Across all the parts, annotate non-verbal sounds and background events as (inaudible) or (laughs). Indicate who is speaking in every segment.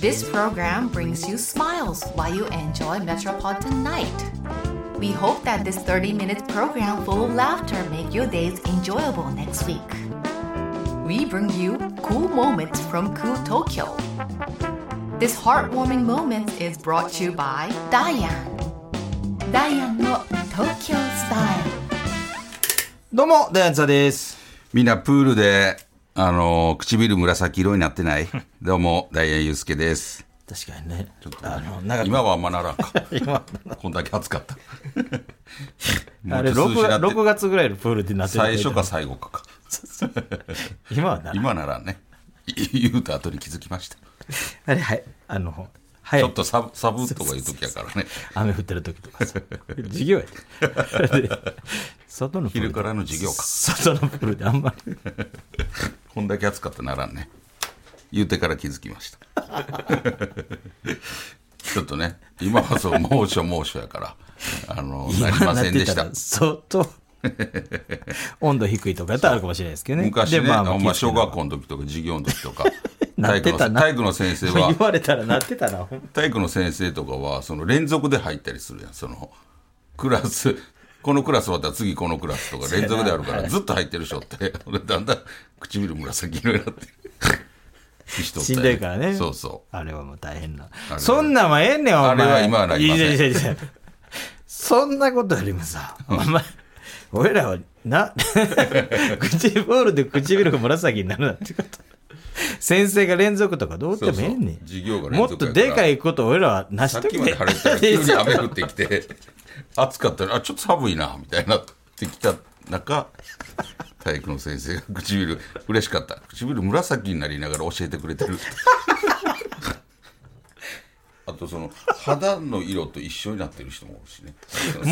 Speaker 1: This program brings you smiles while you enjoy Metropolitan Night. We hope that this 30-minute program full of laughter make your days enjoyable next week. We bring you cool moments from cool Tokyo. This heartwarming moment is brought to you by Diane. Diane の Tokyo Style.
Speaker 2: どうも、ダイアンツァです。
Speaker 3: みんなプールで、あのー唇紫色になってない (laughs) どうも、ダイアンユースケです。
Speaker 2: 確かにね、ちょっと、あの、長く、
Speaker 3: 今はあんまなら (laughs) んか。
Speaker 2: 今、
Speaker 3: こんだけ暑かった。も
Speaker 2: あ
Speaker 3: うち
Speaker 2: れ
Speaker 3: ょっと涼し
Speaker 2: 6、
Speaker 3: なって
Speaker 2: 六月ぐらいのプールでなってる
Speaker 3: (laughs) 最初か最後かか。
Speaker 2: 今はな、
Speaker 3: (laughs) 今ならんね。い言うた後に気づきました。
Speaker 2: あれ、はい、あの、は
Speaker 3: ちょ
Speaker 2: い
Speaker 3: っ、とサブ、サブとかいう時やからね。
Speaker 2: 雨降ってる時と
Speaker 3: (laughs)
Speaker 2: かさ、授業やで。で外のプール
Speaker 3: 昼
Speaker 2: で
Speaker 3: からの授業か。
Speaker 2: 外のプールであんまり、
Speaker 3: こんだけ暑かったらならんね。言うてから気づきま (laughs) した。ちょっとね、今はそう、猛暑猛暑やから、あの、なりませんでし
Speaker 2: 今なって。ら
Speaker 3: た
Speaker 2: 相
Speaker 3: (laughs)
Speaker 2: 当、温度低いとかやったらあるかもしれないですけどね。
Speaker 3: 昔ね、
Speaker 2: で
Speaker 3: まあ、ほんま
Speaker 2: 気を
Speaker 3: 小
Speaker 2: つけ、
Speaker 3: 学校の時とか授業の時とか
Speaker 2: (laughs) な
Speaker 3: 体
Speaker 2: っ
Speaker 3: 育
Speaker 2: て
Speaker 3: の
Speaker 2: たな
Speaker 3: 体育の先生
Speaker 2: て (laughs) 言
Speaker 3: は、
Speaker 2: われたらなってたな、ほんま
Speaker 3: 体育の先生とかは、その連続で入ったりするやん、その、クラス、このクラス終わったら次このクラスとか連続であるから、ずっと入ってる人って、 (laughs) 俺だんだん唇紫色になって (laughs) る。人っ
Speaker 2: し
Speaker 3: て
Speaker 2: んどいからね。
Speaker 3: そうそう。
Speaker 2: あれはもう大変な
Speaker 3: れ。は
Speaker 2: そんなんはええねん、お前。
Speaker 3: あれは今はなりません
Speaker 2: いやいやいやいやそんなことよりもさ、お前、俺らは、な、 (laughs) 唇で唇が紫になるなんてこと。先生が連続とかどうでもええねん
Speaker 3: そうそう。授業が連続
Speaker 2: も
Speaker 3: や
Speaker 2: っ
Speaker 3: から
Speaker 2: とでかいこと俺らは成し
Speaker 3: さっ
Speaker 2: 遂
Speaker 3: き
Speaker 2: げ
Speaker 3: まで晴れてたら急に雨降ってきて、暑かったら、あ、ちょっと寒いな、みたいになってきた中、体育の先生が唇、嬉しかった。唇紫になりながら教えてくれてる。あとその、肌の色と一緒になってる人もおるしね。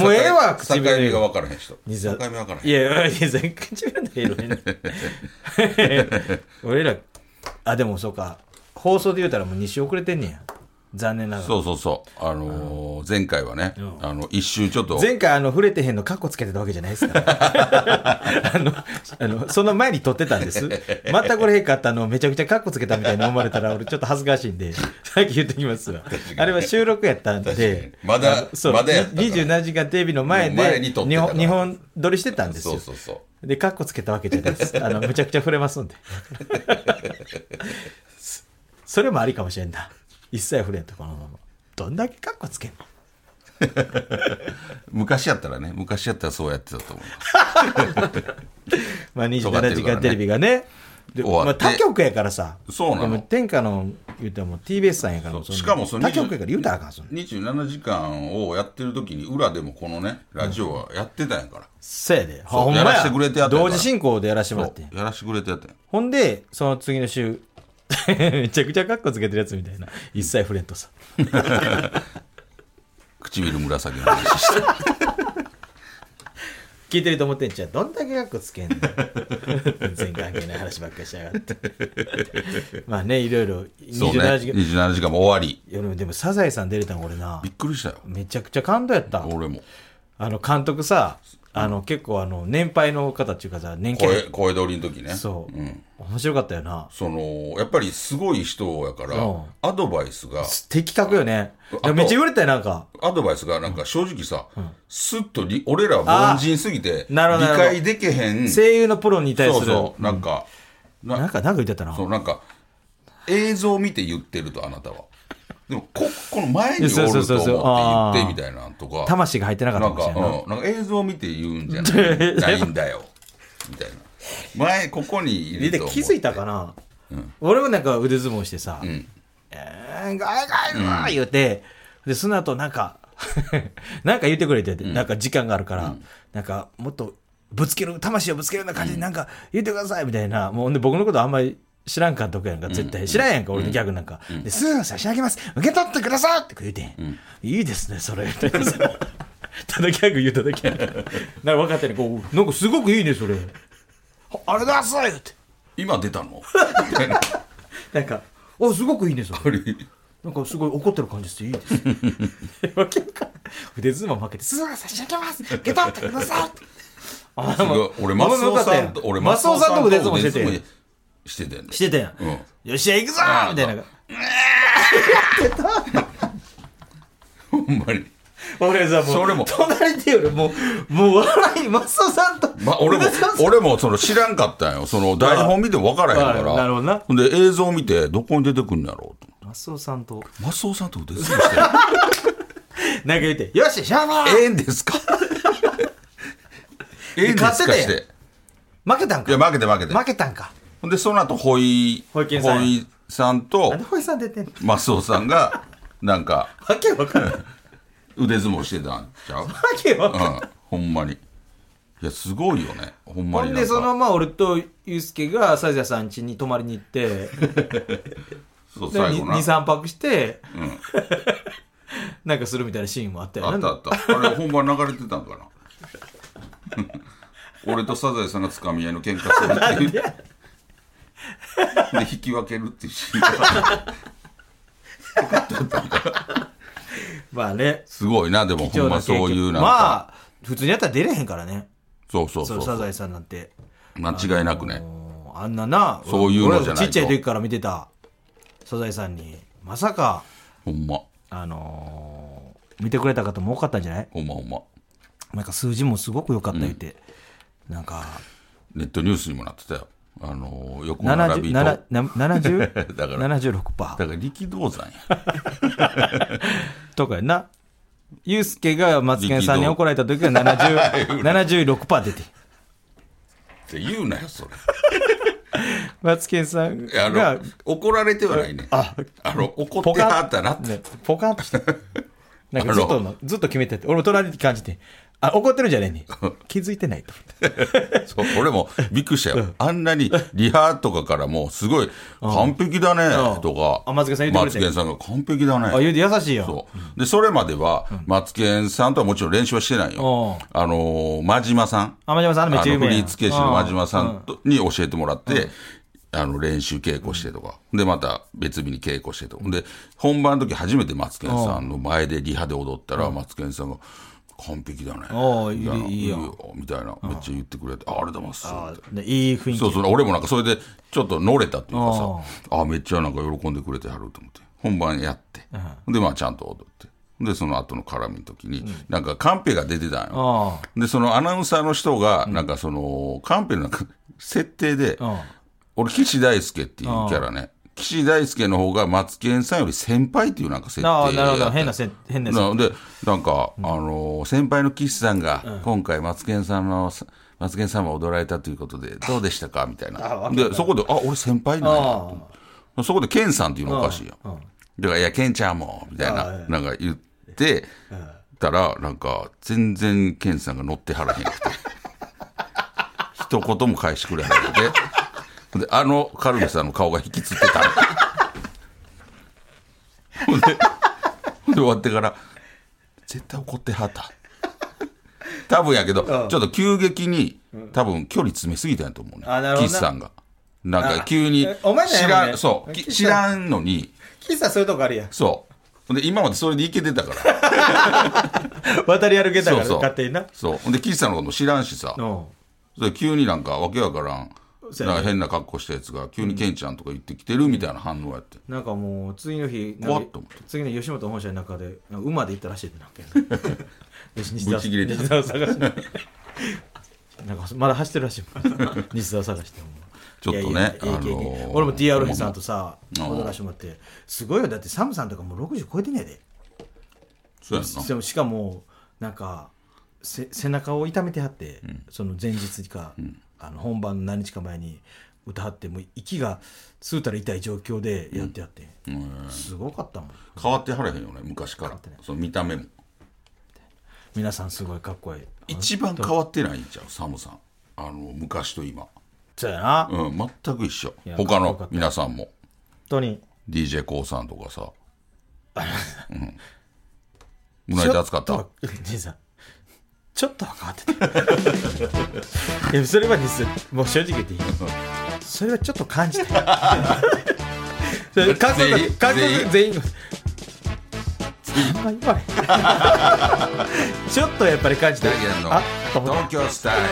Speaker 2: もうええわ
Speaker 3: 境
Speaker 2: 唇
Speaker 3: 境目が分からへん人。境目
Speaker 2: 水
Speaker 3: 分から
Speaker 2: (laughs)
Speaker 3: へ
Speaker 2: い
Speaker 3: ん。
Speaker 2: やいや、いや唇の色になる
Speaker 3: (laughs)
Speaker 2: (laughs) 俺ら、あ、でもそうか。放送で言うたらもう2週遅れてんねや。残念ながら。
Speaker 3: そうそうそう。あのー前回はね、あの、一周ちょっと、
Speaker 2: 前回あの触れてへんのカッコつけてたわけじゃないですから。
Speaker 3: (laughs)
Speaker 2: あの、あの、その前に撮ってたんです。またこれへんかったのめちゃくちゃカッコつけたみたいに思われたら俺ちょっと恥ずかしいん
Speaker 3: (laughs)
Speaker 2: で、さっき言ってきますわ。あれは収録やったんで、
Speaker 3: 確かにまだ
Speaker 2: あのそう、
Speaker 3: まだやったから
Speaker 2: 27時間テレビの前
Speaker 3: 前
Speaker 2: で、
Speaker 3: に
Speaker 2: 日
Speaker 3: 撮ってたから
Speaker 2: 本、日本撮りしてたんです
Speaker 3: そう
Speaker 2: よ。
Speaker 3: そうそう。
Speaker 2: で、カッコつけたわけじゃない
Speaker 3: (laughs)
Speaker 2: です。あの、めちゃくちゃ触れますんで。それもありかもしれんな。一切触れんとこのまま。どんだけカッコつけんの
Speaker 3: 昔やったらね、昔やったらそうやってたと思う。
Speaker 2: まあ、27時間テレビがね、で
Speaker 3: 終わって
Speaker 2: まあ、他局やからさ、
Speaker 3: そうなの
Speaker 2: でも天下の言うたらもう TBS さんやから、
Speaker 3: そう
Speaker 2: の
Speaker 3: しかもその
Speaker 2: 他局やから言うたらあかん、そんな
Speaker 3: 27時間をやってる時に裏でもこのねラジオはやってたんやから、
Speaker 2: せやで、
Speaker 3: う
Speaker 2: ほんまや
Speaker 3: やらしてくれてやったから
Speaker 2: 同時進行でやらしてもらって
Speaker 3: そ。うやらしてくれてやったんや
Speaker 2: ほんで、その次の週、 (laughs) めちゃくちゃカッコつけてるやつみたいな、一切触れんとさ。
Speaker 3: 唇紫の話して
Speaker 2: 聞いてると思ってんちゃうどんだけカッコつ
Speaker 3: (laughs)
Speaker 2: けんの全然関係ない話ばっかりしやがって。まあね、いろいろ、
Speaker 3: そうね
Speaker 2: 27時間、い
Speaker 3: 27時間も終わり
Speaker 2: やでもでもサザエさん出れたん俺な
Speaker 3: び、っくりしたよ
Speaker 2: めちゃくちゃ感動やった。
Speaker 3: 俺も
Speaker 2: あの監督さ、あの結構あの年配の方っていうかさ、年季
Speaker 3: 声声通りの時ね
Speaker 2: そう、
Speaker 3: ん、
Speaker 2: 面白かったよな。
Speaker 3: そのやっぱりすごい人やから、
Speaker 2: うん
Speaker 3: アドバイスが
Speaker 2: 的確よね。いやめっちゃ言われたよ、なんか。
Speaker 3: アドバイスがなんか正直さ、すっとり俺ら凡人すぎて理
Speaker 2: なるほどなるほど
Speaker 3: 解できへん
Speaker 2: 声優のプロに対す
Speaker 3: そう
Speaker 2: る。
Speaker 3: そうなんか、な
Speaker 2: なんか、なんか言ってたな。
Speaker 3: そうなんか映像を見て言ってるとあなたはでもここの前におると
Speaker 2: そ
Speaker 3: 思
Speaker 2: う
Speaker 3: っ
Speaker 2: そうそう
Speaker 3: て
Speaker 2: そう
Speaker 3: 言ってみたいなとか
Speaker 2: 魂が入ってなかった
Speaker 3: な
Speaker 2: か
Speaker 3: ん
Speaker 2: もしれ
Speaker 3: か,、
Speaker 2: ないな。
Speaker 3: うん、なんか映像を見て言うん
Speaker 2: (laughs)
Speaker 3: じゃないないんだよみたいな前ここにい
Speaker 2: で
Speaker 3: ると思って
Speaker 2: 気づいたかな、俺もなんか腕相撲してさ、
Speaker 3: ん
Speaker 2: えー、ガイガイガイ言うて、で、その後なんか、 (laughs) なんか言ってくれてて、なんか時間があるから、なんかもっとぶつける、魂をぶつけるような感じでなんか言ってくださいみたいな、もうほんで僕のことあんまり知らん監督やんか、絶対。知らんやんか、俺のギャグなんか。で、すぐ差し上げます受け取ってくださいって言うてん、いいですね、それ。みたいなさただギャグ言うただけ (laughs) やんからなんか分かってるこう、なんかすごくいいね、それ。あれだすって。
Speaker 3: 今出
Speaker 2: (laughs)
Speaker 3: たの
Speaker 2: なんか、お、すごくいいね、それ。
Speaker 3: これ
Speaker 2: なんかすごい怒ってる感じしていいです。わけわかんない (laughs) 腕相撲負けて、すぐ差し上げますゲタってくださいあ
Speaker 3: すごい俺マスオさんと俺
Speaker 2: マスオさんと
Speaker 3: マ
Speaker 2: 腕
Speaker 3: ス
Speaker 2: 相
Speaker 3: オ
Speaker 2: 撲
Speaker 3: さん
Speaker 2: して
Speaker 3: と腕相
Speaker 2: て
Speaker 3: 撲。しててん
Speaker 2: してたやん。
Speaker 3: うん
Speaker 2: よっしゃ、行くぞ
Speaker 3: あー
Speaker 2: みたいな。うわ
Speaker 3: ほんまに。
Speaker 2: 俺さ、もう、
Speaker 3: それも
Speaker 2: 隣でよりもう、もう笑い、マスオさんと。
Speaker 3: まあ、俺
Speaker 2: (laughs)
Speaker 3: も
Speaker 2: 松尾さん、
Speaker 3: 俺もその知らんかったんよ。その台本見ても分からへんか
Speaker 2: はい
Speaker 3: ら。
Speaker 2: なるほどな
Speaker 3: ほんで映像見て、どこに出てくんのやろうと。
Speaker 2: マスオさんと。
Speaker 3: マスオさんと腕相撲してる。
Speaker 2: なんか言って、よし、しゃあ (laughs) な
Speaker 3: ええんですか (laughs) ええんですか
Speaker 2: 勝ってたやん
Speaker 3: して。
Speaker 2: 負けたん
Speaker 3: い
Speaker 2: か
Speaker 3: や、負けて負けて。
Speaker 2: 負けたんか。
Speaker 3: ほんで、その後、ほい、
Speaker 2: ほいけんさん
Speaker 3: ほいさん
Speaker 2: な
Speaker 3: と
Speaker 2: んで、堀さん出てんの
Speaker 3: マスオさんが、なんか、
Speaker 2: わけわからん。わ
Speaker 3: 腕相撲してたんちゃう
Speaker 2: けわからん。
Speaker 3: うん、ほんまに。いや、すごいよね。ほんま
Speaker 2: ほ
Speaker 3: に
Speaker 2: ん
Speaker 3: なん
Speaker 2: で、
Speaker 3: か。
Speaker 2: そのまま俺とユうスケが、サイザさん家に泊まりに行って、
Speaker 3: そう、 (laughs) 最後
Speaker 2: 2、
Speaker 3: な。
Speaker 2: 3泊して、 (laughs) なんかするみたいなシーンもあったよ
Speaker 3: あった
Speaker 2: な。
Speaker 3: あった。あれ、本番流れてたんかな。 (laughs) 俺とサザエさんがつかみ合いの喧
Speaker 2: (laughs)
Speaker 3: 嘩するっていう。で、引き分けるっていうシーン
Speaker 2: (laughs)
Speaker 3: が。
Speaker 2: まあね、
Speaker 3: すごいな、でも、
Speaker 2: 貴
Speaker 3: ほ
Speaker 2: 重
Speaker 3: んま
Speaker 2: な経
Speaker 3: そういう
Speaker 2: 験。
Speaker 3: なんか。
Speaker 2: まあ、普通にやったら出れへんからね。
Speaker 3: そうそう
Speaker 2: そ、
Speaker 3: そうう
Speaker 2: サザエさんなんて。
Speaker 3: 間違いなくね。
Speaker 2: もうあんなな、
Speaker 3: そういうのじゃな
Speaker 2: 俺
Speaker 3: いと
Speaker 2: らちっちゃい時から見てた、サザエさんに、まさか、
Speaker 3: ほんま。
Speaker 2: あのー見てくれた方も多かったんじゃない
Speaker 3: ほんまほんま。
Speaker 2: なんか数字もすごく良かった言って、なんか、
Speaker 3: ネットニュースにもなってたよ。あのー、横並びと。だか (laughs) だから
Speaker 2: 70?76%?
Speaker 3: ら力道山や。
Speaker 2: とかやな。ユうスケがマツケンさんに怒られた時は70
Speaker 3: (laughs)
Speaker 2: 76%出て。
Speaker 3: って言うなよ、それ。
Speaker 2: (laughs) マツケンさん
Speaker 3: いやあ
Speaker 2: が
Speaker 3: の、怒られてはないね。あの、怒ってはったなって。
Speaker 2: ね、ポカン
Speaker 3: (laughs)
Speaker 2: として。なんかずっとの、ずっと決めてて、俺も隣に感じて、あ、怒ってるんじゃねえ
Speaker 3: (laughs)
Speaker 2: に。気づいてないと思って。
Speaker 3: そう俺もびっくりしたよ。あんなにリハとかからもうすごい、完璧だね、とか。
Speaker 2: あマツケンさん言ってくれて
Speaker 3: マツケンさんが完璧だ
Speaker 2: あ、
Speaker 3: ね。
Speaker 2: 言うて優しいやん。
Speaker 3: そう。で、それまでは、マツケンさんとはもちろん練習はしてないよ
Speaker 2: う。
Speaker 3: あのー、真島さん。
Speaker 2: 天島さんあのめっ
Speaker 3: あ
Speaker 2: ちゃ
Speaker 3: の
Speaker 2: 有名
Speaker 3: 振
Speaker 2: やん。
Speaker 3: り付け師の真島さんとに教えてもらって、あの練習稽古してとか、でまた別日に稽古してとか、で本番の時初めてマツケンさんの前でリハで踊ったら、マツケンさんが「完璧だね」
Speaker 2: おー
Speaker 3: みたいない
Speaker 2: いいいいよ
Speaker 3: よみたいなめっちゃ言ってくれて「あありがとうございます」
Speaker 2: あ
Speaker 3: みたいな
Speaker 2: でいい雰囲気。
Speaker 3: そうそう俺もなんかそれでちょっと乗れたっていうかさあめっちゃなんか喜んでくれてはると思って本番やって、でまあちゃんと踊ってでその後の絡みの時に、なんかカンペが出てたんよ、
Speaker 2: あ
Speaker 3: で、そのアナウンサーの人が、なんかその、カンペのなんか設定で、
Speaker 2: ん
Speaker 3: 俺、岸大輔っていうキャラね。岸大輔の方が松健さんより先輩っていうなんか設定
Speaker 2: ああ、なるほど。
Speaker 3: やった
Speaker 2: 変なせ、変なせ。
Speaker 3: なので、なんか、あのー先輩の岸さんが、今回、松健さんの、松健さんは踊られたということで、どうでしたかみたいな。で、そこで、あ、俺先輩なんやと思って。そこで、健さんっていうのおかしいよ。だから、いや、健ちゃんも、みたいな、なんか言って、たら、なんか、全然健さんが乗ってはらへんくて。 (laughs) 一言も返してくれへんくて。で、あの、カルビさんの顔が引きつってたの。 (laughs) ほんで、ほんで終わってから、絶対怒ってはった。多分やけど、ちょっと急激に、多分距離詰めすぎたんやと思うね
Speaker 2: あなる。ほどな
Speaker 3: 岸さんが。なんか急に
Speaker 2: あえ、お前じゃ
Speaker 3: 知
Speaker 2: ないもんね
Speaker 3: らん、そう、き知らんのに、
Speaker 2: 喫茶そういうとこあるやん。
Speaker 3: そう。ほんで、今までそれでいけてたから。
Speaker 2: (laughs) 渡り歩けたか
Speaker 3: そう
Speaker 2: ら、
Speaker 3: そう。
Speaker 2: 勝手にな。
Speaker 3: そう。ほんで、岸さんのことも知らんしさ。
Speaker 2: うん。
Speaker 3: それ急になんか、わけわからん、
Speaker 2: そうや
Speaker 3: な
Speaker 2: ね
Speaker 3: んか変な格好したやつが、急にケンちゃんとか言ってきてるみたいな反応やって。
Speaker 2: なんかもう、次の日、
Speaker 3: 怖っ
Speaker 2: なんか
Speaker 3: と思って
Speaker 2: 次の吉本本社の中で、なんか馬で行ったら
Speaker 3: (laughs)
Speaker 2: しいってなんか。よし西
Speaker 3: ぶち切れて
Speaker 2: 西沢探して。なんかまだ走ってるらしいも
Speaker 3: (laughs)
Speaker 2: ん。西沢探しても。
Speaker 3: ちょっとね
Speaker 2: いやいやいや
Speaker 3: あのー
Speaker 2: いやいや俺も TR 編さんとさ、
Speaker 3: まあまあ
Speaker 2: 踊らしてもらって、すごいよ。だってサムさんとかもう60超えてんねやで。
Speaker 3: そうやんな。
Speaker 2: でもしかもなんかせ背中を痛めてはって、その前日か、あの本番の何日か前に歌はってもう息が吸うたら痛い状況でやってはって、すごかったもん
Speaker 3: 変わってはれへんよね、昔から
Speaker 2: ってない。
Speaker 3: その見た目も。
Speaker 2: 皆さんすごいかっこいい
Speaker 3: 一番変わってないんちゃう、サムさん。あの、昔と今。
Speaker 2: そうやな、
Speaker 3: うん、全く一緒
Speaker 2: い。や
Speaker 3: 他
Speaker 2: よか
Speaker 3: の
Speaker 2: った
Speaker 3: 皆さんも。
Speaker 2: 本当に
Speaker 3: d j k o さんとか
Speaker 2: (laughs)
Speaker 3: さ。うん。胸板熱かっ
Speaker 2: ちょ
Speaker 3: た
Speaker 2: と。じいさんちょっとは変わってた (laughs) いやそれはですもう正直言っていいそれはちょっと感じたそれ感想だ
Speaker 3: (laughs) 全員
Speaker 2: 感想だ
Speaker 3: 全員
Speaker 2: 全員あんま言われへ
Speaker 3: (laughs)
Speaker 2: んちょっとやっぱり感じた
Speaker 3: ダイアンの
Speaker 2: あと思った
Speaker 3: 東京スタイル。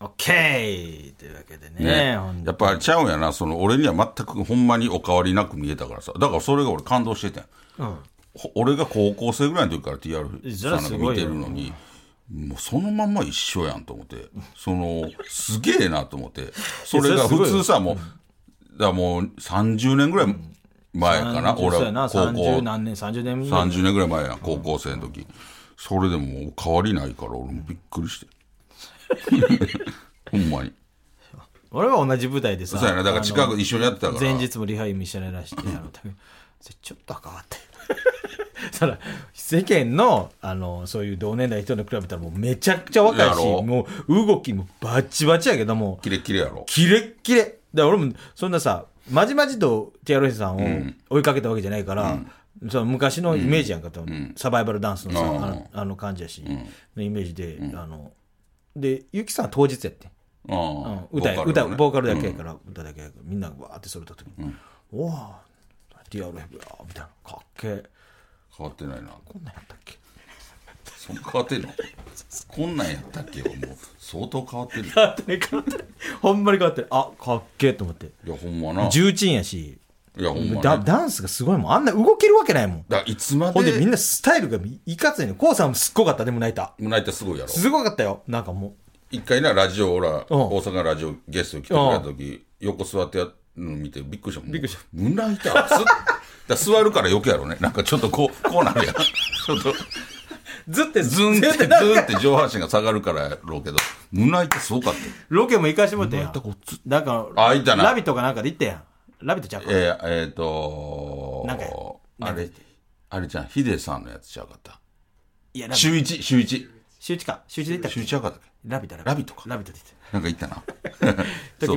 Speaker 2: オッケーというわけで
Speaker 3: ね
Speaker 2: ね。ほん
Speaker 3: やっぱりちゃうんやな、その俺には全くほんまにお変わりなく見えたからさ、だからそれが俺、感動しててん、ほ俺が高校生ぐらいの時から TR
Speaker 2: そり
Speaker 3: さん
Speaker 2: ゃ
Speaker 3: なん
Speaker 2: す
Speaker 3: か
Speaker 2: ごい
Speaker 3: 見て
Speaker 2: よ
Speaker 3: るのに、もうそのまんま一緒やんと思って、そのすげえなと思
Speaker 2: (laughs)
Speaker 3: って、それが普通さ、もう、だからもう30年ぐらい前やかな、
Speaker 2: 30
Speaker 3: 俺
Speaker 2: そうやな
Speaker 3: は高校
Speaker 2: 30。何年、30年
Speaker 3: 30年ぐらい前やん高校生の時、それでも変わりないから俺もびっくり
Speaker 2: (laughs)
Speaker 3: して (laughs) ほんまに
Speaker 2: 俺は同じ舞台でさ。
Speaker 3: そうやなだから近
Speaker 2: あ
Speaker 3: く
Speaker 2: の
Speaker 3: 一緒にやってたから
Speaker 2: 前日もリハイミシャラらしてやろうとちょっと変わって (laughs) そら世間のあのそういう同年代の人に比べたらもうめちゃくちゃ若い
Speaker 3: や
Speaker 2: し
Speaker 3: ろ
Speaker 2: もう動きもバッチバチやけども
Speaker 3: キレッキレやろ
Speaker 2: キレッキレだから俺もそんなさまじまじと TRF さんを追いかけたわけじゃないから、その昔のイメージやんかと、サバイバルダンスのさ、
Speaker 3: うん
Speaker 2: あのあの感じやし、のイメージで、あのでゆきさんは当日やってん
Speaker 3: ああ
Speaker 2: うん歌や
Speaker 3: ボーカル
Speaker 2: 歌
Speaker 3: やろね
Speaker 2: ボーカルだけやから、歌だけやからみんながわーって揃った時に「おお TRF や」みたいな「かっけえ
Speaker 3: 変わってないな
Speaker 2: こんなんやったっけ?」
Speaker 3: そんな変わってんのこんなんやったっけもう相当変わってる
Speaker 2: 変わってない変わってないほんまに変わってるあかっけえと思って
Speaker 3: いやほんまない
Speaker 2: 重鎮やし
Speaker 3: やほんまに
Speaker 2: ダ
Speaker 3: だ
Speaker 2: ダンスがすごいもんあんな動けるわけないもん
Speaker 3: からいつま
Speaker 2: ほんで
Speaker 3: で
Speaker 2: みんなスタイルがいかついのこうさんもすっごかったでも泣いた
Speaker 3: 胸板すごいやろ
Speaker 2: すごかったよなんかも
Speaker 3: 一回なラジオ俺ら
Speaker 2: うん
Speaker 3: 大阪のラジオゲスト来てくれた時横座ってやるの見てびっくりしたもん
Speaker 2: びっくりした
Speaker 3: 胸板すだから座るから余計やろねなんかちょっとこうこうなるやんちょっと
Speaker 2: うずって (laughs)
Speaker 3: ズンって
Speaker 2: ず
Speaker 3: ズ
Speaker 2: ってなん
Speaker 3: ンっ
Speaker 2: か
Speaker 3: て上半身が下がるからやろうけど胸板すごかったよ
Speaker 2: ロケも行かしてもらったやんだから
Speaker 3: あ行ったな
Speaker 2: ラビットかなんかで行ったやんラビットちゃうか
Speaker 3: えー、えー、と
Speaker 2: なんか
Speaker 3: あれあれじゃんヒデさんのやつちゃうかった
Speaker 2: いやラビ
Speaker 3: 週一週一
Speaker 2: 週一か週一で行ったっけ
Speaker 3: 週一ちゃうかったっけ
Speaker 2: ラビットだ
Speaker 3: ラビットか
Speaker 2: ラビットで行った
Speaker 3: なんか言ったな そ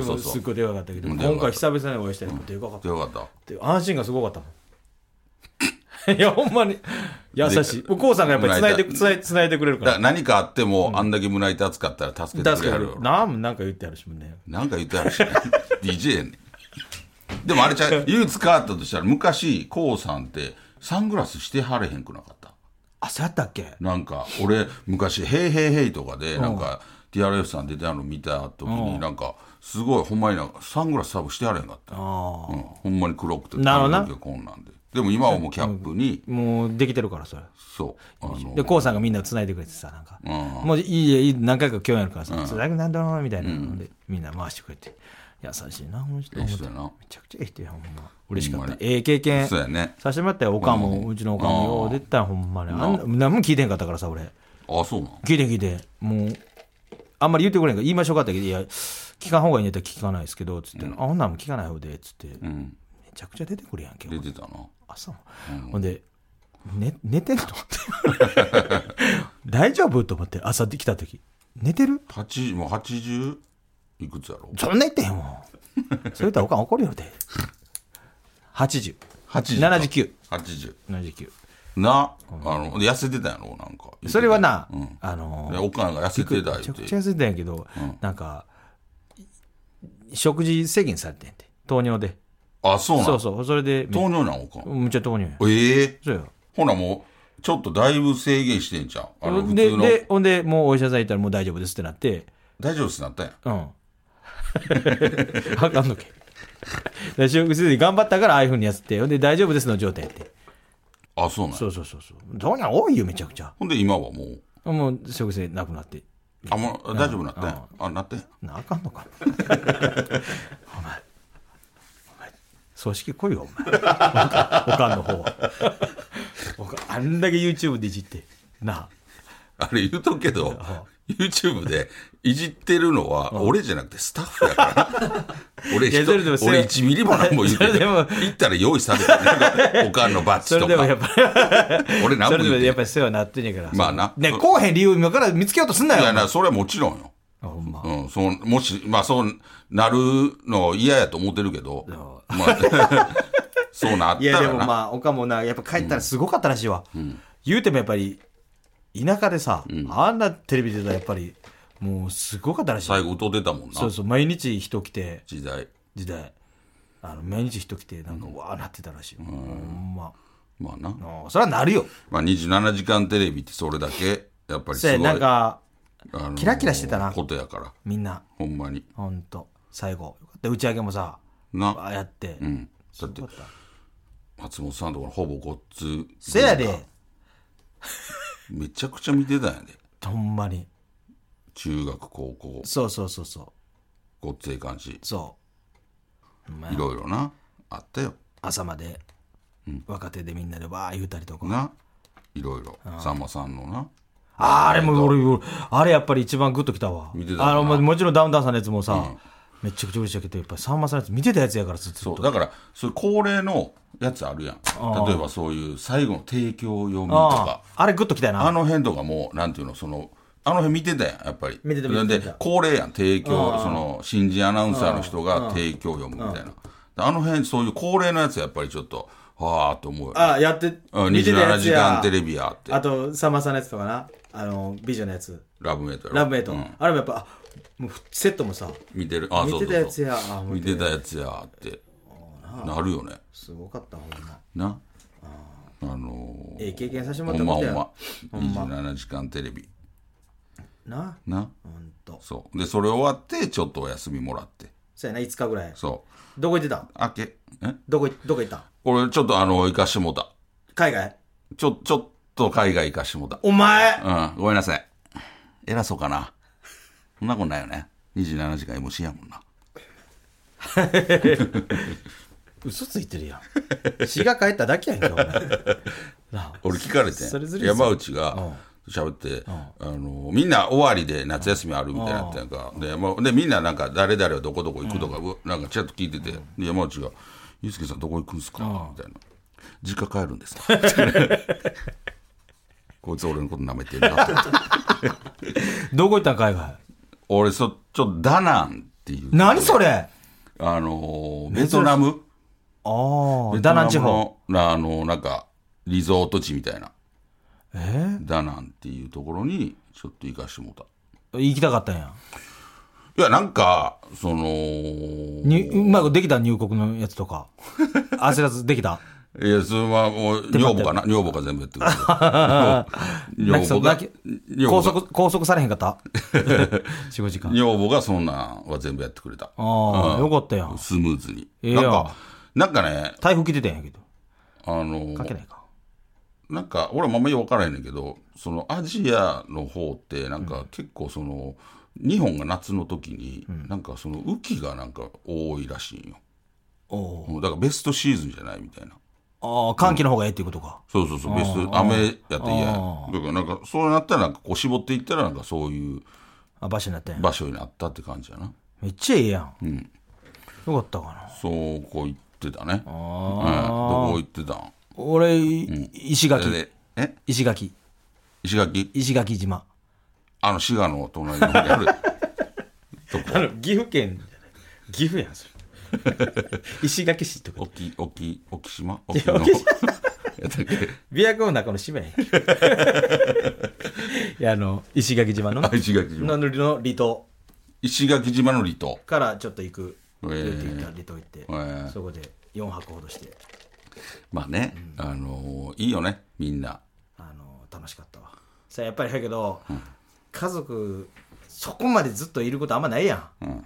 Speaker 2: (laughs) 時
Speaker 3: うそ
Speaker 2: も
Speaker 3: うそ
Speaker 2: すっ
Speaker 3: う
Speaker 2: ごいでかかったけど、
Speaker 3: うん
Speaker 2: 今
Speaker 3: でかかった
Speaker 2: 回久々にお会いしたらでかかった。
Speaker 3: よかった
Speaker 2: で安心がすごかったもん。い (laughs) や、ほんまに優しい。
Speaker 3: で
Speaker 2: お父さんがやっぱり繋いで、
Speaker 3: 胸
Speaker 2: 繋い繋いでくれるか。
Speaker 3: だからら何かあっても、あんだけ胸板使ったら助けてく
Speaker 2: 確
Speaker 3: れ
Speaker 2: か
Speaker 3: はるよ
Speaker 2: に。なんもなんか言ってあるしもんね。
Speaker 3: なんか言ってあるし、ね、DJ やねんでもあれち
Speaker 2: (laughs)
Speaker 3: ゃう、唯一変わったとしたら、昔、こうさんって、サングラスしてはれへんくなかった。
Speaker 2: あ、そうやったっけ
Speaker 3: なんか、俺、昔、ヘイヘイヘイとかで、なんか、TRF さん出てたの見た
Speaker 2: う
Speaker 3: 時に、
Speaker 2: ん
Speaker 3: なんか、すごい、ほんまになんか、サングラス多分してはれへんかった。
Speaker 2: あ
Speaker 3: うん、ほんまに黒くて、
Speaker 2: なるほどな
Speaker 3: 髪の毛こんなんで。でも今はもうキャップに、
Speaker 2: あ。もうできてるから、それ。
Speaker 3: そう、あの、
Speaker 2: で、こうさんがみんな繋いでくれてさ、なんか。
Speaker 3: うん
Speaker 2: もういいよいいよ何回か共演あるからさ、つらくなんだろうみたいなので、みんな回してくれて。優しいな、この人。
Speaker 3: ええ
Speaker 2: め
Speaker 3: 人やな。
Speaker 2: ちゃくちゃええ人や、ほんま。嬉しかっ
Speaker 3: ほん
Speaker 2: た
Speaker 3: ま。に
Speaker 2: ええ経験。
Speaker 3: そうやね。
Speaker 2: さしてもらったよ、おかんも、うちのおかんも、よう出てたよ、ほんまに。あんな何も聞いてんかったからさ、俺。
Speaker 3: あ、そうなん。
Speaker 2: 聞いてん聞いてん。もう、あんまり言ってくれんから、言いましょうかって言うけど、いや、聞かん方がいいんやったら聞かないですけど、つって、あ、ほんなんも聞かない方で、つって、
Speaker 3: う
Speaker 2: め
Speaker 3: ん、
Speaker 2: ちゃくちゃ出てくるやんけ、
Speaker 3: 出てたな。
Speaker 2: 朝も。ほんで、寝寝てる (laughs) と思って。大丈夫と思って、朝で来た時。寝てる
Speaker 3: 八もう80いくつやろ
Speaker 2: そんな言ってへんもん。それ言ったらおかん怒るよ (laughs) で。80。
Speaker 3: 80
Speaker 2: 79。
Speaker 3: 80
Speaker 2: 79。
Speaker 3: なあの痩せてたやろなんか
Speaker 2: それはな、
Speaker 3: うん
Speaker 2: あのー
Speaker 3: でおかんが痩せてた
Speaker 2: めちゃく
Speaker 3: 言
Speaker 2: ちゃ痩
Speaker 3: うて
Speaker 2: せてたんやけど、
Speaker 3: ん
Speaker 2: なんかい食事制限されてんて糖尿で
Speaker 3: あそうなん
Speaker 2: そうそうそれで
Speaker 3: 糖尿なんおかん
Speaker 2: むっちゃ糖尿や
Speaker 3: ええ
Speaker 2: そうよ
Speaker 3: ほなもうちょっとだいぶ制限してんじゃんあの普
Speaker 2: で
Speaker 3: 通の
Speaker 2: でほんでもうお医者さん行ったらもう大丈夫ですってなって
Speaker 3: 大丈夫っすなったやん
Speaker 2: うん (laughs) あかんのけで食事制限頑張ったからああいうふうにやってほんで大丈夫ですの状態やって
Speaker 3: あそうなん
Speaker 2: そうそうそうそう糖尿多いよめちゃくちゃ
Speaker 3: ほんで今はもう
Speaker 2: もう食事制限なくなって
Speaker 3: あもう大丈夫なったやんあなってん
Speaker 2: なあかん (laughs) のかお前お前葬式来いよお前おかんおかんの方はおかんあんだけ YouTube でいじってな
Speaker 3: あれ言うとくけど YouTube でいじってるのは俺じゃなくてスタッフやから
Speaker 2: (laughs)
Speaker 3: な俺
Speaker 2: いや
Speaker 3: 人
Speaker 2: それでもせ
Speaker 3: 俺1ミリも何も言うて
Speaker 2: それでも
Speaker 3: ない行ったら用意されてるのおかんのバッ
Speaker 2: そ
Speaker 3: ジ
Speaker 2: れ
Speaker 3: と
Speaker 2: でもやっ
Speaker 3: か
Speaker 2: ぱり
Speaker 3: 俺何
Speaker 2: (laughs) そ
Speaker 3: も
Speaker 2: れで
Speaker 3: 言
Speaker 2: も
Speaker 3: うて
Speaker 2: やっ
Speaker 3: ない
Speaker 2: ぱり世話になってんやから
Speaker 3: まあな
Speaker 2: ねこうへん理由今から見つけようとすんないよ
Speaker 3: やなそれはもちろんよ
Speaker 2: あほんま
Speaker 3: うん、そう、もし、まあそうなるの嫌やと思ってるけど、まあ、 (laughs) そうなっ
Speaker 2: い
Speaker 3: た
Speaker 2: やで
Speaker 3: ら
Speaker 2: も
Speaker 3: な。
Speaker 2: まあおかんもなやっぱ帰ったらすごかったらしいわ、言うてもやっぱり田舎でさ、あんなテレビ出たらやっぱりもうすごかったらしい
Speaker 3: 最後歌ってたもんな
Speaker 2: そう、そう毎日人来て
Speaker 3: 時代。
Speaker 2: 時代あの毎日人来てなんかわーなってたらしいよ、ほんま
Speaker 3: まあな。
Speaker 2: あーそれはなるよ
Speaker 3: まあ27時間テレビってそれだけ、やっぱり
Speaker 2: そ
Speaker 3: す
Speaker 2: や
Speaker 3: ごい
Speaker 2: なん。か
Speaker 3: あの
Speaker 2: キラキラしてたな
Speaker 3: ことやから
Speaker 2: みんな
Speaker 3: ほんまに
Speaker 2: ほんと最後よかった打ち上げもさああ
Speaker 3: な
Speaker 2: やって、
Speaker 3: うんだって松本さんとかほぼごっつ
Speaker 2: せやで
Speaker 3: めちゃくちゃ見てたんやで
Speaker 2: ほんまに
Speaker 3: 中学高校
Speaker 2: そうそうそうそ
Speaker 3: ごっつええ感じ
Speaker 2: うそうほんまや
Speaker 3: いろいろなあったよ
Speaker 2: 朝まで若手でみんなでわー言うたりとか、
Speaker 3: ないろいろさんまさんのな
Speaker 2: あーあれも俺俺あれやっぱり一番グッときたわ
Speaker 3: 見てたな
Speaker 2: あのももちろんダウンタウンさんのやつもさ、めちゃくちゃ嬉しいけどやっぱりさんまさんのやつ見てたやつやからずっと
Speaker 3: そうだからそういう恒例のやつあるやん例えばそういう最後の提供読みと
Speaker 2: あ
Speaker 3: か
Speaker 2: ーあれグッときたよな
Speaker 3: あの辺とかもうなんていうのそのあの辺見てたやんやっぱり
Speaker 2: 見てた見てた
Speaker 3: で恒例やん提供その新人アナウンサーの人が提供読むみたいなであの辺そういう恒例のやつやっぱりちょっとはあと思うよね
Speaker 2: あやって
Speaker 3: うん27時間テレビやって
Speaker 2: あとさんまさんのやつとかなあの美女のやつ
Speaker 3: ラブメイトやろ
Speaker 2: ラブメイト、
Speaker 3: うん
Speaker 2: あれもやっぱあもうセットもさ
Speaker 3: 見てるあそう
Speaker 2: 見
Speaker 3: そ
Speaker 2: て
Speaker 3: う
Speaker 2: た
Speaker 3: そう
Speaker 2: やつやあ
Speaker 3: 見てたやつやってなるよね
Speaker 2: すごかったほんま
Speaker 3: なあのー
Speaker 2: ええ経験させてもらっ
Speaker 3: ほ
Speaker 2: た
Speaker 3: んま
Speaker 2: こ
Speaker 3: ほ
Speaker 2: と
Speaker 3: ん
Speaker 2: や
Speaker 3: ま
Speaker 2: ほん
Speaker 3: 27時間テレビ
Speaker 2: な
Speaker 3: な
Speaker 2: ほんと
Speaker 3: そうでそれ終わってちょっとお休みもらって
Speaker 2: そうやな5日ぐらい
Speaker 3: そう
Speaker 2: どこ行ってたん
Speaker 3: 明けえ
Speaker 2: どこどこ行ったん
Speaker 3: 俺ちょっとあの行かしてもうた
Speaker 2: 海外
Speaker 3: ちょちょっと海外行かしてもうた
Speaker 2: お前
Speaker 3: うんごめんなさい偉そうかなそんなことないよね27時間 MC やもんな
Speaker 2: 嘘ついてるやん
Speaker 3: (laughs)
Speaker 2: 血が帰っただけやんけお前なあ
Speaker 3: 俺聞かれて
Speaker 2: それずるいっすよ
Speaker 3: 山内が喋って、あのみんな終わりで夏休みあるみたいになってんか、でまあでみんななんか誰々はどこどこ行くとか、うわなんかちらっと聞いてて、で山内が「ユースケさんどこ行くんすか?」みたいな「実家帰るんですか? 」 (laughs) こいつ俺のこと舐めてんなと思って
Speaker 2: どこ行ったん海外
Speaker 3: 俺そちょっとダナンっていう
Speaker 2: 何それあ
Speaker 3: あのーベトナム
Speaker 2: あダナン地方
Speaker 3: ベトナムのあのなんかリゾート地みたいな
Speaker 2: え
Speaker 3: ダナンっていうところにちょっと行かしてもらった
Speaker 2: ー行きたかったんや
Speaker 3: いや、なんか、その、
Speaker 2: にうまくできた入国のやつと
Speaker 3: (laughs)
Speaker 2: か焦らずできた
Speaker 3: いや、それはもう、女房かな女房が全部やってくれる。女
Speaker 2: (laughs) 泣きそ
Speaker 3: 房
Speaker 2: う
Speaker 3: が
Speaker 2: 泣き、
Speaker 3: 女
Speaker 2: 拘
Speaker 3: 房が
Speaker 2: 束拘束されへんかった
Speaker 3: (laughs)
Speaker 2: 45時間
Speaker 3: 女房がそんなんは全部やってくれた。
Speaker 2: ああ
Speaker 3: うん
Speaker 2: よかったやん
Speaker 3: スムーズに。
Speaker 2: ええ
Speaker 3: な
Speaker 2: やん
Speaker 3: んか、なんかね、
Speaker 2: 台風来てたんやけど
Speaker 3: あの、
Speaker 2: かけないか
Speaker 3: なんか、俺もあんまり分からへんねんけど、そのアジアの方って、なんか結構その、日本が夏の時に、なんかその雨季がなんか多いらしいんよ。
Speaker 2: おお
Speaker 3: うんだからベストシーズンじゃないみたいな。
Speaker 2: ああ歓喜の方がええっていうことか
Speaker 3: そうそうそう、ベスト、雨やって嫌や。だからなんか、そうなったらなんかこう絞っていったらなんかそういう
Speaker 2: あ場所になったんや
Speaker 3: 場所になったって感じやな。
Speaker 2: めっちゃええやん、よかったかな
Speaker 3: そうこう言ってたね。うん、どこ行ってたん
Speaker 2: 俺、石
Speaker 3: それ
Speaker 2: 垣
Speaker 3: で、え
Speaker 2: 石垣
Speaker 3: 石垣
Speaker 2: 石垣島
Speaker 3: あの、滋賀の隣の方にある。
Speaker 2: あの岐阜県岐阜やんそれ
Speaker 3: (laughs)
Speaker 2: 石垣市と
Speaker 3: 沖、沖、沖島沖
Speaker 2: や
Speaker 3: の。
Speaker 2: 沖じ
Speaker 3: やったっけ
Speaker 2: 琵琶湖の中の島やん (laughs) いやあの石垣島の
Speaker 3: あ石垣
Speaker 2: の
Speaker 3: 島。
Speaker 2: の離島
Speaker 3: 石垣島の離島。
Speaker 2: からちょっと行く、
Speaker 3: えー
Speaker 2: 出て行った離島行って、
Speaker 3: ー
Speaker 2: そこで4泊ほどして
Speaker 3: まあね、あのーいいよね、みんな。
Speaker 2: あの楽しかったわさあやっぱりやけど、家族そこまでずっといることあんまないやんや
Speaker 3: うん。
Speaker 2: っ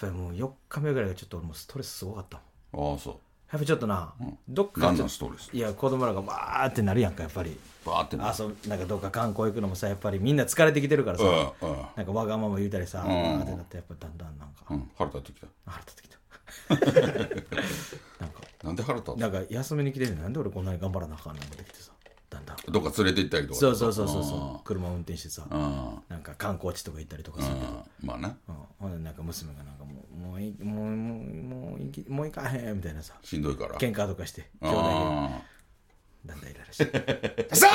Speaker 2: ぱりもう4日目ぐらいがちょっと俺もうストレスすごかったもん
Speaker 3: ああ、そ
Speaker 2: やっぱちょっとな、どっ
Speaker 3: う。
Speaker 2: か
Speaker 3: 何
Speaker 2: ちょ
Speaker 3: の
Speaker 2: っ
Speaker 3: ストレス
Speaker 2: いや子供らがわーってなるやんかやっぱり
Speaker 3: バーってな
Speaker 2: あ。そうなんかどっか観光行くのもさやっぱりみんな疲れてきてるからさ、
Speaker 3: うん、うん。
Speaker 2: なんかわがまま言うたりさ、わーってなってやっぱだんだんなんか、
Speaker 3: うん、腹立ってきた。
Speaker 2: 腹立ってきたなんか
Speaker 3: なんで腹立った
Speaker 2: なんか休みに来てるのになんで俺こんなに頑張らなあかんのってきてさだんだん
Speaker 3: どっか連れて行ったりとか。
Speaker 2: そうそうそうそうそう車運転してさ
Speaker 3: うん。
Speaker 2: なんか観光地とか行ったりとかさ、
Speaker 3: うんまあな、
Speaker 2: うん、ほんでなんか娘がなんかもうもういもうもうもういきもう行かへんみたいなさ
Speaker 3: しんどいから。
Speaker 2: 喧嘩とかして兄弟が
Speaker 3: あ
Speaker 2: だんだんイライラ (laughs) して
Speaker 3: ー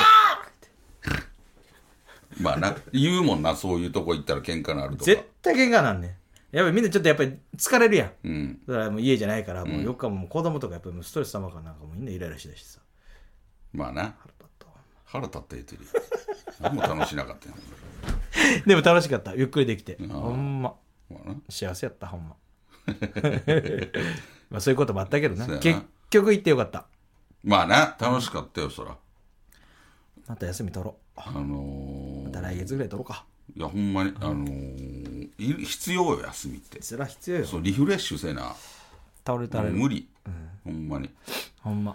Speaker 3: まあな、言うもんな、そういうとこ行ったら喧嘩なるとか
Speaker 2: 絶。対喧嘩なんねんやっぱりみんなちょっとやっぱり疲れるやん、
Speaker 3: うん。
Speaker 2: だからもう家じゃないからもう4日ももう子供とかやっぱりもうストレス様からなんかもうみんなイライラしだしさ
Speaker 3: まあ
Speaker 2: 腹
Speaker 3: な、
Speaker 2: 立ったわ
Speaker 3: 腹立って言ってるよ。何も楽しなかったよ。
Speaker 2: (laughs) でも楽しかったゆっくりできてほんま
Speaker 3: まあな。
Speaker 2: 幸せやったほんま (laughs) まあそういうこともあったけどな
Speaker 3: そうやな
Speaker 2: 結局行ってよかった
Speaker 3: まあな、楽しかったよ、そら。
Speaker 2: また休み取ろう
Speaker 3: あの
Speaker 2: ま
Speaker 3: ー
Speaker 2: た来月ぐらい取ろうか
Speaker 3: いやほんまに、あのーい必要よ休みって
Speaker 2: それは必要よ
Speaker 3: そうリフレッシュせな
Speaker 2: 倒れたら
Speaker 3: もう無理、ほんまに
Speaker 2: ほんま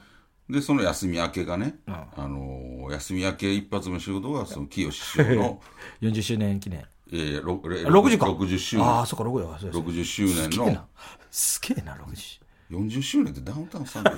Speaker 3: でその休み明けがね、あのー休み明け一発目の仕事がその清志師
Speaker 2: (laughs)
Speaker 3: 匠の、
Speaker 2: 40周年記念
Speaker 3: えー、ろれ
Speaker 2: 60か
Speaker 3: 60周
Speaker 2: ああ
Speaker 3: 年
Speaker 2: そっか60かそうです
Speaker 3: 60周
Speaker 2: す
Speaker 3: 年
Speaker 2: げえ
Speaker 3: の
Speaker 2: なすげえな60
Speaker 3: (laughs) 40周年ってダウンタウンさんの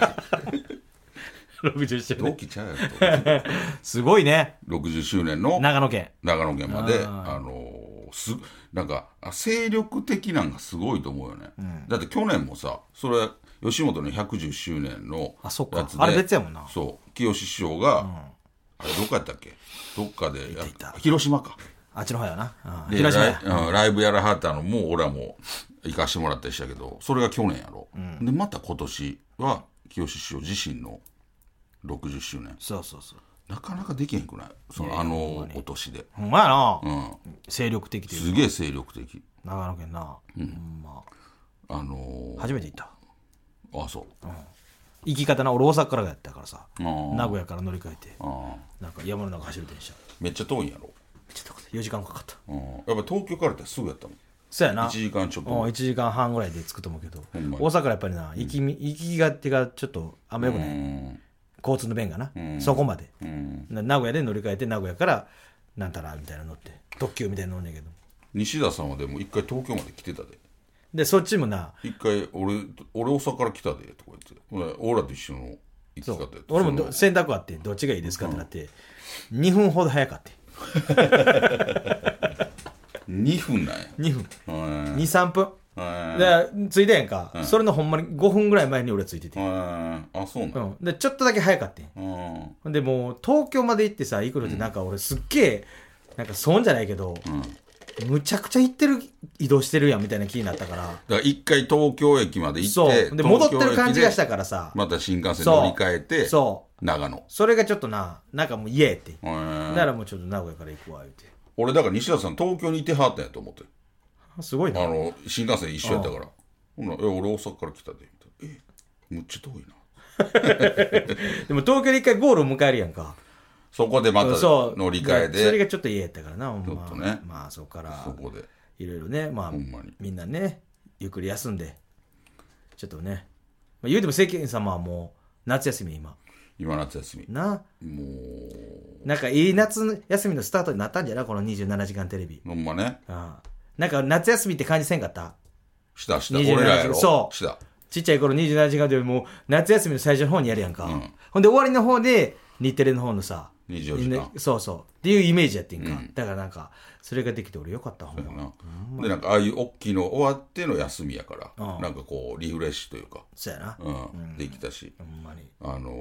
Speaker 2: 60周
Speaker 3: 同期ちゃうやろと
Speaker 2: すごいね
Speaker 3: 60周年の
Speaker 2: 長野県
Speaker 3: 長野県まであのーすなんかあ精力的なんがすごいと思うよね、だって去年もさそれ吉本の110周年の
Speaker 2: あそっか
Speaker 3: やつで
Speaker 2: あれ別やもんな
Speaker 3: そう清志師匠が、あれどっかやったっけどっかでや
Speaker 2: いたいた
Speaker 3: 広島か
Speaker 2: あっちの方やなうん
Speaker 3: で
Speaker 2: 広島
Speaker 3: ラ
Speaker 2: や
Speaker 3: イ,うん、ライブやらはったのも俺はもう行かしてもらったりしたけどそれが去年やろ、でまた今年は清志師匠自身の60周年
Speaker 2: そうそうそう
Speaker 3: なかなかできへんくないそのあのお年で、
Speaker 2: ほんまやな
Speaker 3: うん、
Speaker 2: 精力的というか
Speaker 3: すげえ精力的
Speaker 2: 長野県なほんま
Speaker 3: あの
Speaker 2: 初めて行った
Speaker 3: ー、あそう、
Speaker 2: 行き方な俺大阪からやったからさ
Speaker 3: ー
Speaker 2: 名古屋から乗り換えて
Speaker 3: あ
Speaker 2: なんか山の中走る電車
Speaker 3: ーめっちゃ遠いんやろ、
Speaker 2: ちょっと4時間かかった
Speaker 3: うん、やっぱ東京からってすぐやったもん
Speaker 2: そうやな
Speaker 3: 1時間ちょっ
Speaker 2: もう
Speaker 3: と
Speaker 2: 1時間半ぐらいで着くと思うけど大
Speaker 3: んまに
Speaker 2: 阪からやっぱりな行きみ行きがてがちょっとあんまよくない
Speaker 3: うん
Speaker 2: 交通の便がなそこまで
Speaker 3: うん
Speaker 2: な名古屋で乗り換えて名古屋からなんたらみたいなの乗って特急みたいなの乗んねんけど
Speaker 3: 西田さんはでも一回東京まで来てたで
Speaker 2: でそっちもな
Speaker 3: 一回俺俺大阪から来たでとか言ってほら俺らと一緒の行き
Speaker 2: そ
Speaker 3: 方や
Speaker 2: う
Speaker 3: った
Speaker 2: 俺も
Speaker 3: その
Speaker 2: ど選択あってどっちがいいですかってなって2分ほど早かって
Speaker 3: 2分なんや
Speaker 2: 2分
Speaker 3: うん
Speaker 2: 23分
Speaker 3: うん
Speaker 2: でついてんか、それのほんまに5分ぐらい前に俺ついてて、
Speaker 3: うんあそうなん
Speaker 2: う
Speaker 3: や
Speaker 2: ん、でちょっとだけ早かったん
Speaker 3: うん
Speaker 2: ほんでもう東京まで行ってさ行くのってなんか俺すっげえなんか損じゃないけど、むちゃくちゃ行ってる移動してるやんみたいな気になったから
Speaker 3: だから一回東京駅まで行
Speaker 2: そ
Speaker 3: って
Speaker 2: うで戻って
Speaker 3: 東京駅
Speaker 2: る
Speaker 3: で
Speaker 2: 感じがしたからさ、
Speaker 3: また新幹線
Speaker 2: そう
Speaker 3: 乗り換えて
Speaker 2: そう
Speaker 3: 長野
Speaker 2: それがちょっとななんかもうイエーって、
Speaker 3: うん
Speaker 2: ならもうちょっと名古屋から行くわ言うて
Speaker 3: 俺だから西田さん東京にいてはったんやと思って
Speaker 2: すごい
Speaker 3: あ
Speaker 2: な
Speaker 3: の新幹線一緒やったからほんならえ俺大阪から来たで」みたいな「えむっちゃ遠いな
Speaker 2: でも東京で一回ゴールを迎えるやんか」
Speaker 3: そこでまた
Speaker 2: そう
Speaker 3: 乗り換
Speaker 2: そ
Speaker 3: え
Speaker 2: れ
Speaker 3: で
Speaker 2: がちょっとイエーやったからなほんま
Speaker 3: ちょっとね
Speaker 2: まあそこから
Speaker 3: そこで
Speaker 2: いろいろね、まあ、
Speaker 3: んまに
Speaker 2: みんなね、ゆっくり休んで、ちょっとね、まあ、言うても世間様はもう夏休み今。
Speaker 3: 今夏休み
Speaker 2: な、
Speaker 3: もう
Speaker 2: なんかいい夏休みのスタートになったんじゃないこの27時間テレビ。
Speaker 3: ほんまね
Speaker 2: ああなんか夏休みって感じせんかった
Speaker 3: したした
Speaker 2: 27
Speaker 3: 俺らやろ
Speaker 2: そう
Speaker 3: した
Speaker 2: ちっちゃい頃27時間テレビもう夏休みの最初の方にやるやんか。ほんで終わりの方で日テレの方のさ、
Speaker 3: 24時間
Speaker 2: そうそう。っていうイメージやってんか。だからなんか、それができて俺よかった、ほんま。
Speaker 3: なでなんかああいう大きいの終わっての休みやからなんかこうリフレッシュというか
Speaker 2: そうやな。
Speaker 3: うんできたし
Speaker 2: ほんまに。
Speaker 3: あの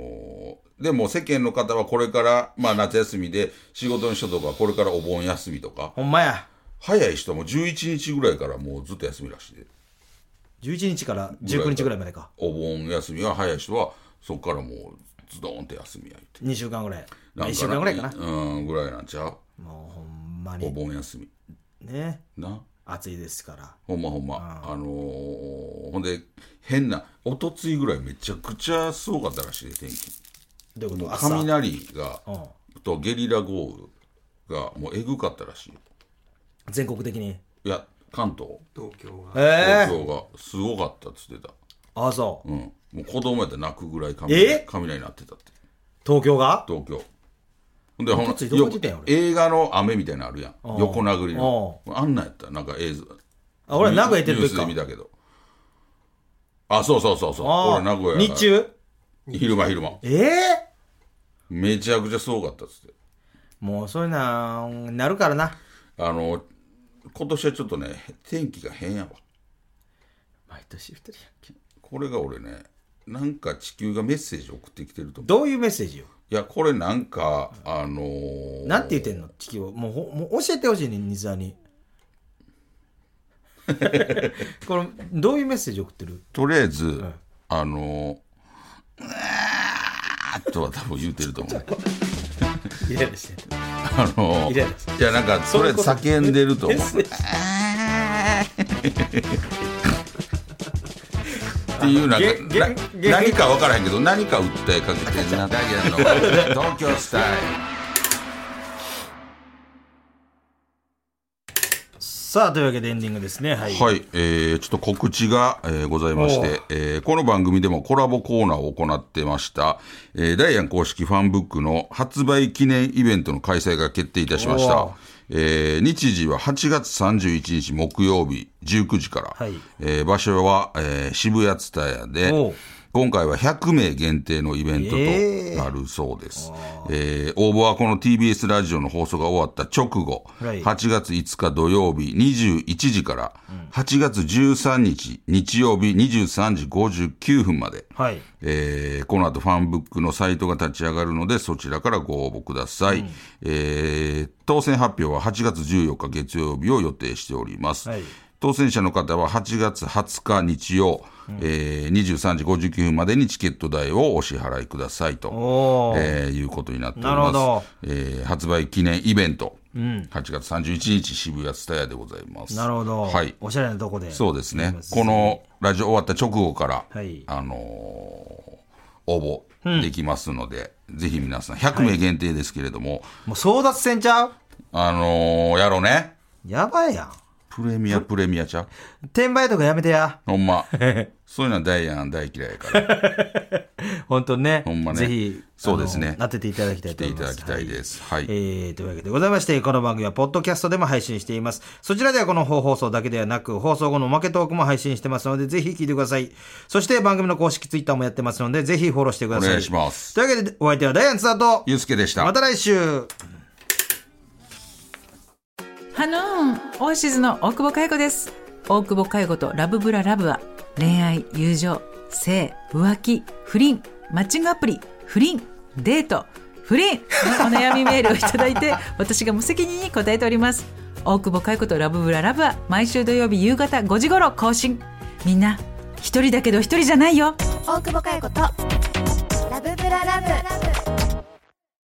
Speaker 3: ーでも世間の方はこれから、まあ、夏休みで仕事の人とかはこれからお盆休みとか
Speaker 2: ほんまや。
Speaker 3: 早い人も11日ぐらいからもうずっと休みらしいで
Speaker 2: 11日から19日ぐらいまでか。
Speaker 3: お盆休みは早い人はそこからもうズドンって休みやいて
Speaker 2: 2週間ぐらい。まあ
Speaker 3: ん
Speaker 2: 1週間ぐらいかな。
Speaker 3: うんぐらいなんちゃう
Speaker 2: もうほんま
Speaker 3: お
Speaker 2: に
Speaker 3: 盆休み
Speaker 2: ね、
Speaker 3: な
Speaker 2: 暑いですから。
Speaker 3: ほんまほんまあのーほんで変なおとついぐらいめちゃくちゃすごかったらしいで天気
Speaker 2: どういうこと朝。
Speaker 3: 雷が
Speaker 2: うん
Speaker 3: とゲリラ豪雨がもうえぐかったらしい
Speaker 2: 全国的に。
Speaker 3: いや関東
Speaker 4: 東京が
Speaker 2: え
Speaker 3: 東
Speaker 2: え
Speaker 3: 京がすごかったっつってた、
Speaker 2: あ、そう。
Speaker 3: うん、もう子供やったら泣くぐらい雷
Speaker 2: え
Speaker 3: 雷鳴ってたって
Speaker 2: 東京が
Speaker 3: 東京ほんでほん
Speaker 2: どっちどこ行ってたんや
Speaker 3: よく
Speaker 2: 俺
Speaker 3: 映画の雨みたいなのあるやん
Speaker 2: ん
Speaker 3: 横殴りのあんなんやったなんか映像
Speaker 2: あ、俺は名古屋行ってる
Speaker 3: ニュ
Speaker 2: 時
Speaker 3: ースで
Speaker 2: か
Speaker 3: 見。たけどあそうそうそうそう
Speaker 2: あ
Speaker 3: 俺名古屋
Speaker 2: 日中
Speaker 3: 昼間昼間
Speaker 2: ええ
Speaker 3: めちゃくちゃすごかったっつって
Speaker 2: もうそういうなん、なるからな。
Speaker 3: あの今年はちょっとね天気が変やわ
Speaker 2: 毎年言ってるやんけ。
Speaker 3: これが俺ねなんか地球がメッセージ送ってきてると思う
Speaker 2: どういうメッセージよ。
Speaker 3: いやこれなんかあのー、
Speaker 2: なんて言ってんの地球を。もうほ、もう教えてほしいね、西沢
Speaker 3: (laughs)
Speaker 2: に。これ、どういうメッセージ送ってる
Speaker 3: とりあえず、あのー、うわーっとは多分言うてると思う
Speaker 2: イライラしてる。
Speaker 3: あの
Speaker 2: い
Speaker 3: ー、
Speaker 2: や
Speaker 3: いやなんかとりあえず叫んでると思う
Speaker 2: メッセージ
Speaker 3: っていうなん
Speaker 2: げげ
Speaker 3: かな
Speaker 2: げ
Speaker 3: 何か分からへんけど何か訴えかけてん (laughs) なだけど (laughs) 東京スタイル
Speaker 2: さあというわけでエンディングですねはい、
Speaker 3: はい、えーちょっと告知が、えーございまし
Speaker 2: おう
Speaker 3: て、えーこの番組でもコラボコーナーを行ってました、えーダイアン公式ファンブックの発売記念イベントの開催が決定いたしまし
Speaker 2: おう
Speaker 3: た。えー日時は8月31日木曜日19時から、
Speaker 2: はい
Speaker 3: えー場所は、えー渋谷ツタヤ
Speaker 2: おう
Speaker 3: で、今回は100名限定のイベント
Speaker 2: ええ
Speaker 3: となるそうです。えー応募はこの TBS ラジオの放送が終わった直後、
Speaker 2: はい
Speaker 3: 8月5日土曜日21時から、8月13日日曜日23時59分まで、
Speaker 2: はい
Speaker 3: えーこの後ファンブックのサイトが立ち上がるので、そちらからご応募ください。えー当選発表は8月14日月曜日を予定しております。
Speaker 2: はい
Speaker 3: 当選者の方は8月20日日曜、えー23時59分までにチケット代をお支払いくださいと、
Speaker 2: おー
Speaker 3: えーいうことになっております。
Speaker 2: なるほど
Speaker 3: えー発売記念イベント、8月31日渋谷スタヤでございます。
Speaker 2: なるほど、
Speaker 3: はい。
Speaker 2: おしゃれなとこで
Speaker 3: そうですね。このラジオ終わった直後から、
Speaker 2: はい
Speaker 3: あのー応募できますので、ぜひ皆さん、100名限定ですけれども、
Speaker 2: もう争奪戦ちゃう
Speaker 3: あのーやろうね。
Speaker 2: やばいやん
Speaker 3: プレミア、プレミアちゃう
Speaker 2: 転売とかやめてや
Speaker 3: ほん
Speaker 2: (laughs)
Speaker 3: ま。そういうのはダイアン大嫌いやから、
Speaker 2: 本当にね
Speaker 3: ほんまね
Speaker 2: ぜひ
Speaker 3: そうですね
Speaker 2: あのなってていただきたい
Speaker 3: 来
Speaker 2: と
Speaker 3: て
Speaker 2: 思
Speaker 3: い
Speaker 2: い
Speaker 3: た
Speaker 2: ま
Speaker 3: だ
Speaker 2: す
Speaker 3: きたいです。はい。
Speaker 2: えーというわけでございまして、この番組はポッドキャストでも配信しています。そちらではこの放送だけではなく、放送後のおまけトークも配信してますので、ぜひ聞いてください。そして番組の公式ツイッターもやってますので、ぜひフォローしてください。
Speaker 3: お願いします
Speaker 2: というわけで、お相手はダイアンツだと、
Speaker 3: ゆうすけでした。
Speaker 2: また来週
Speaker 4: ハノーンオアシズの大久保佳代子です大久保佳代子とラブブララブは恋愛友情性浮気不倫マッチングアプリ不倫デート不倫のお悩みメールをいただいて私が無責任に答えております大久保佳代子とラブブララブは毎週土曜日夕方5時頃更新みんな一人だけど一人じゃないよ
Speaker 5: 大久保佳代子と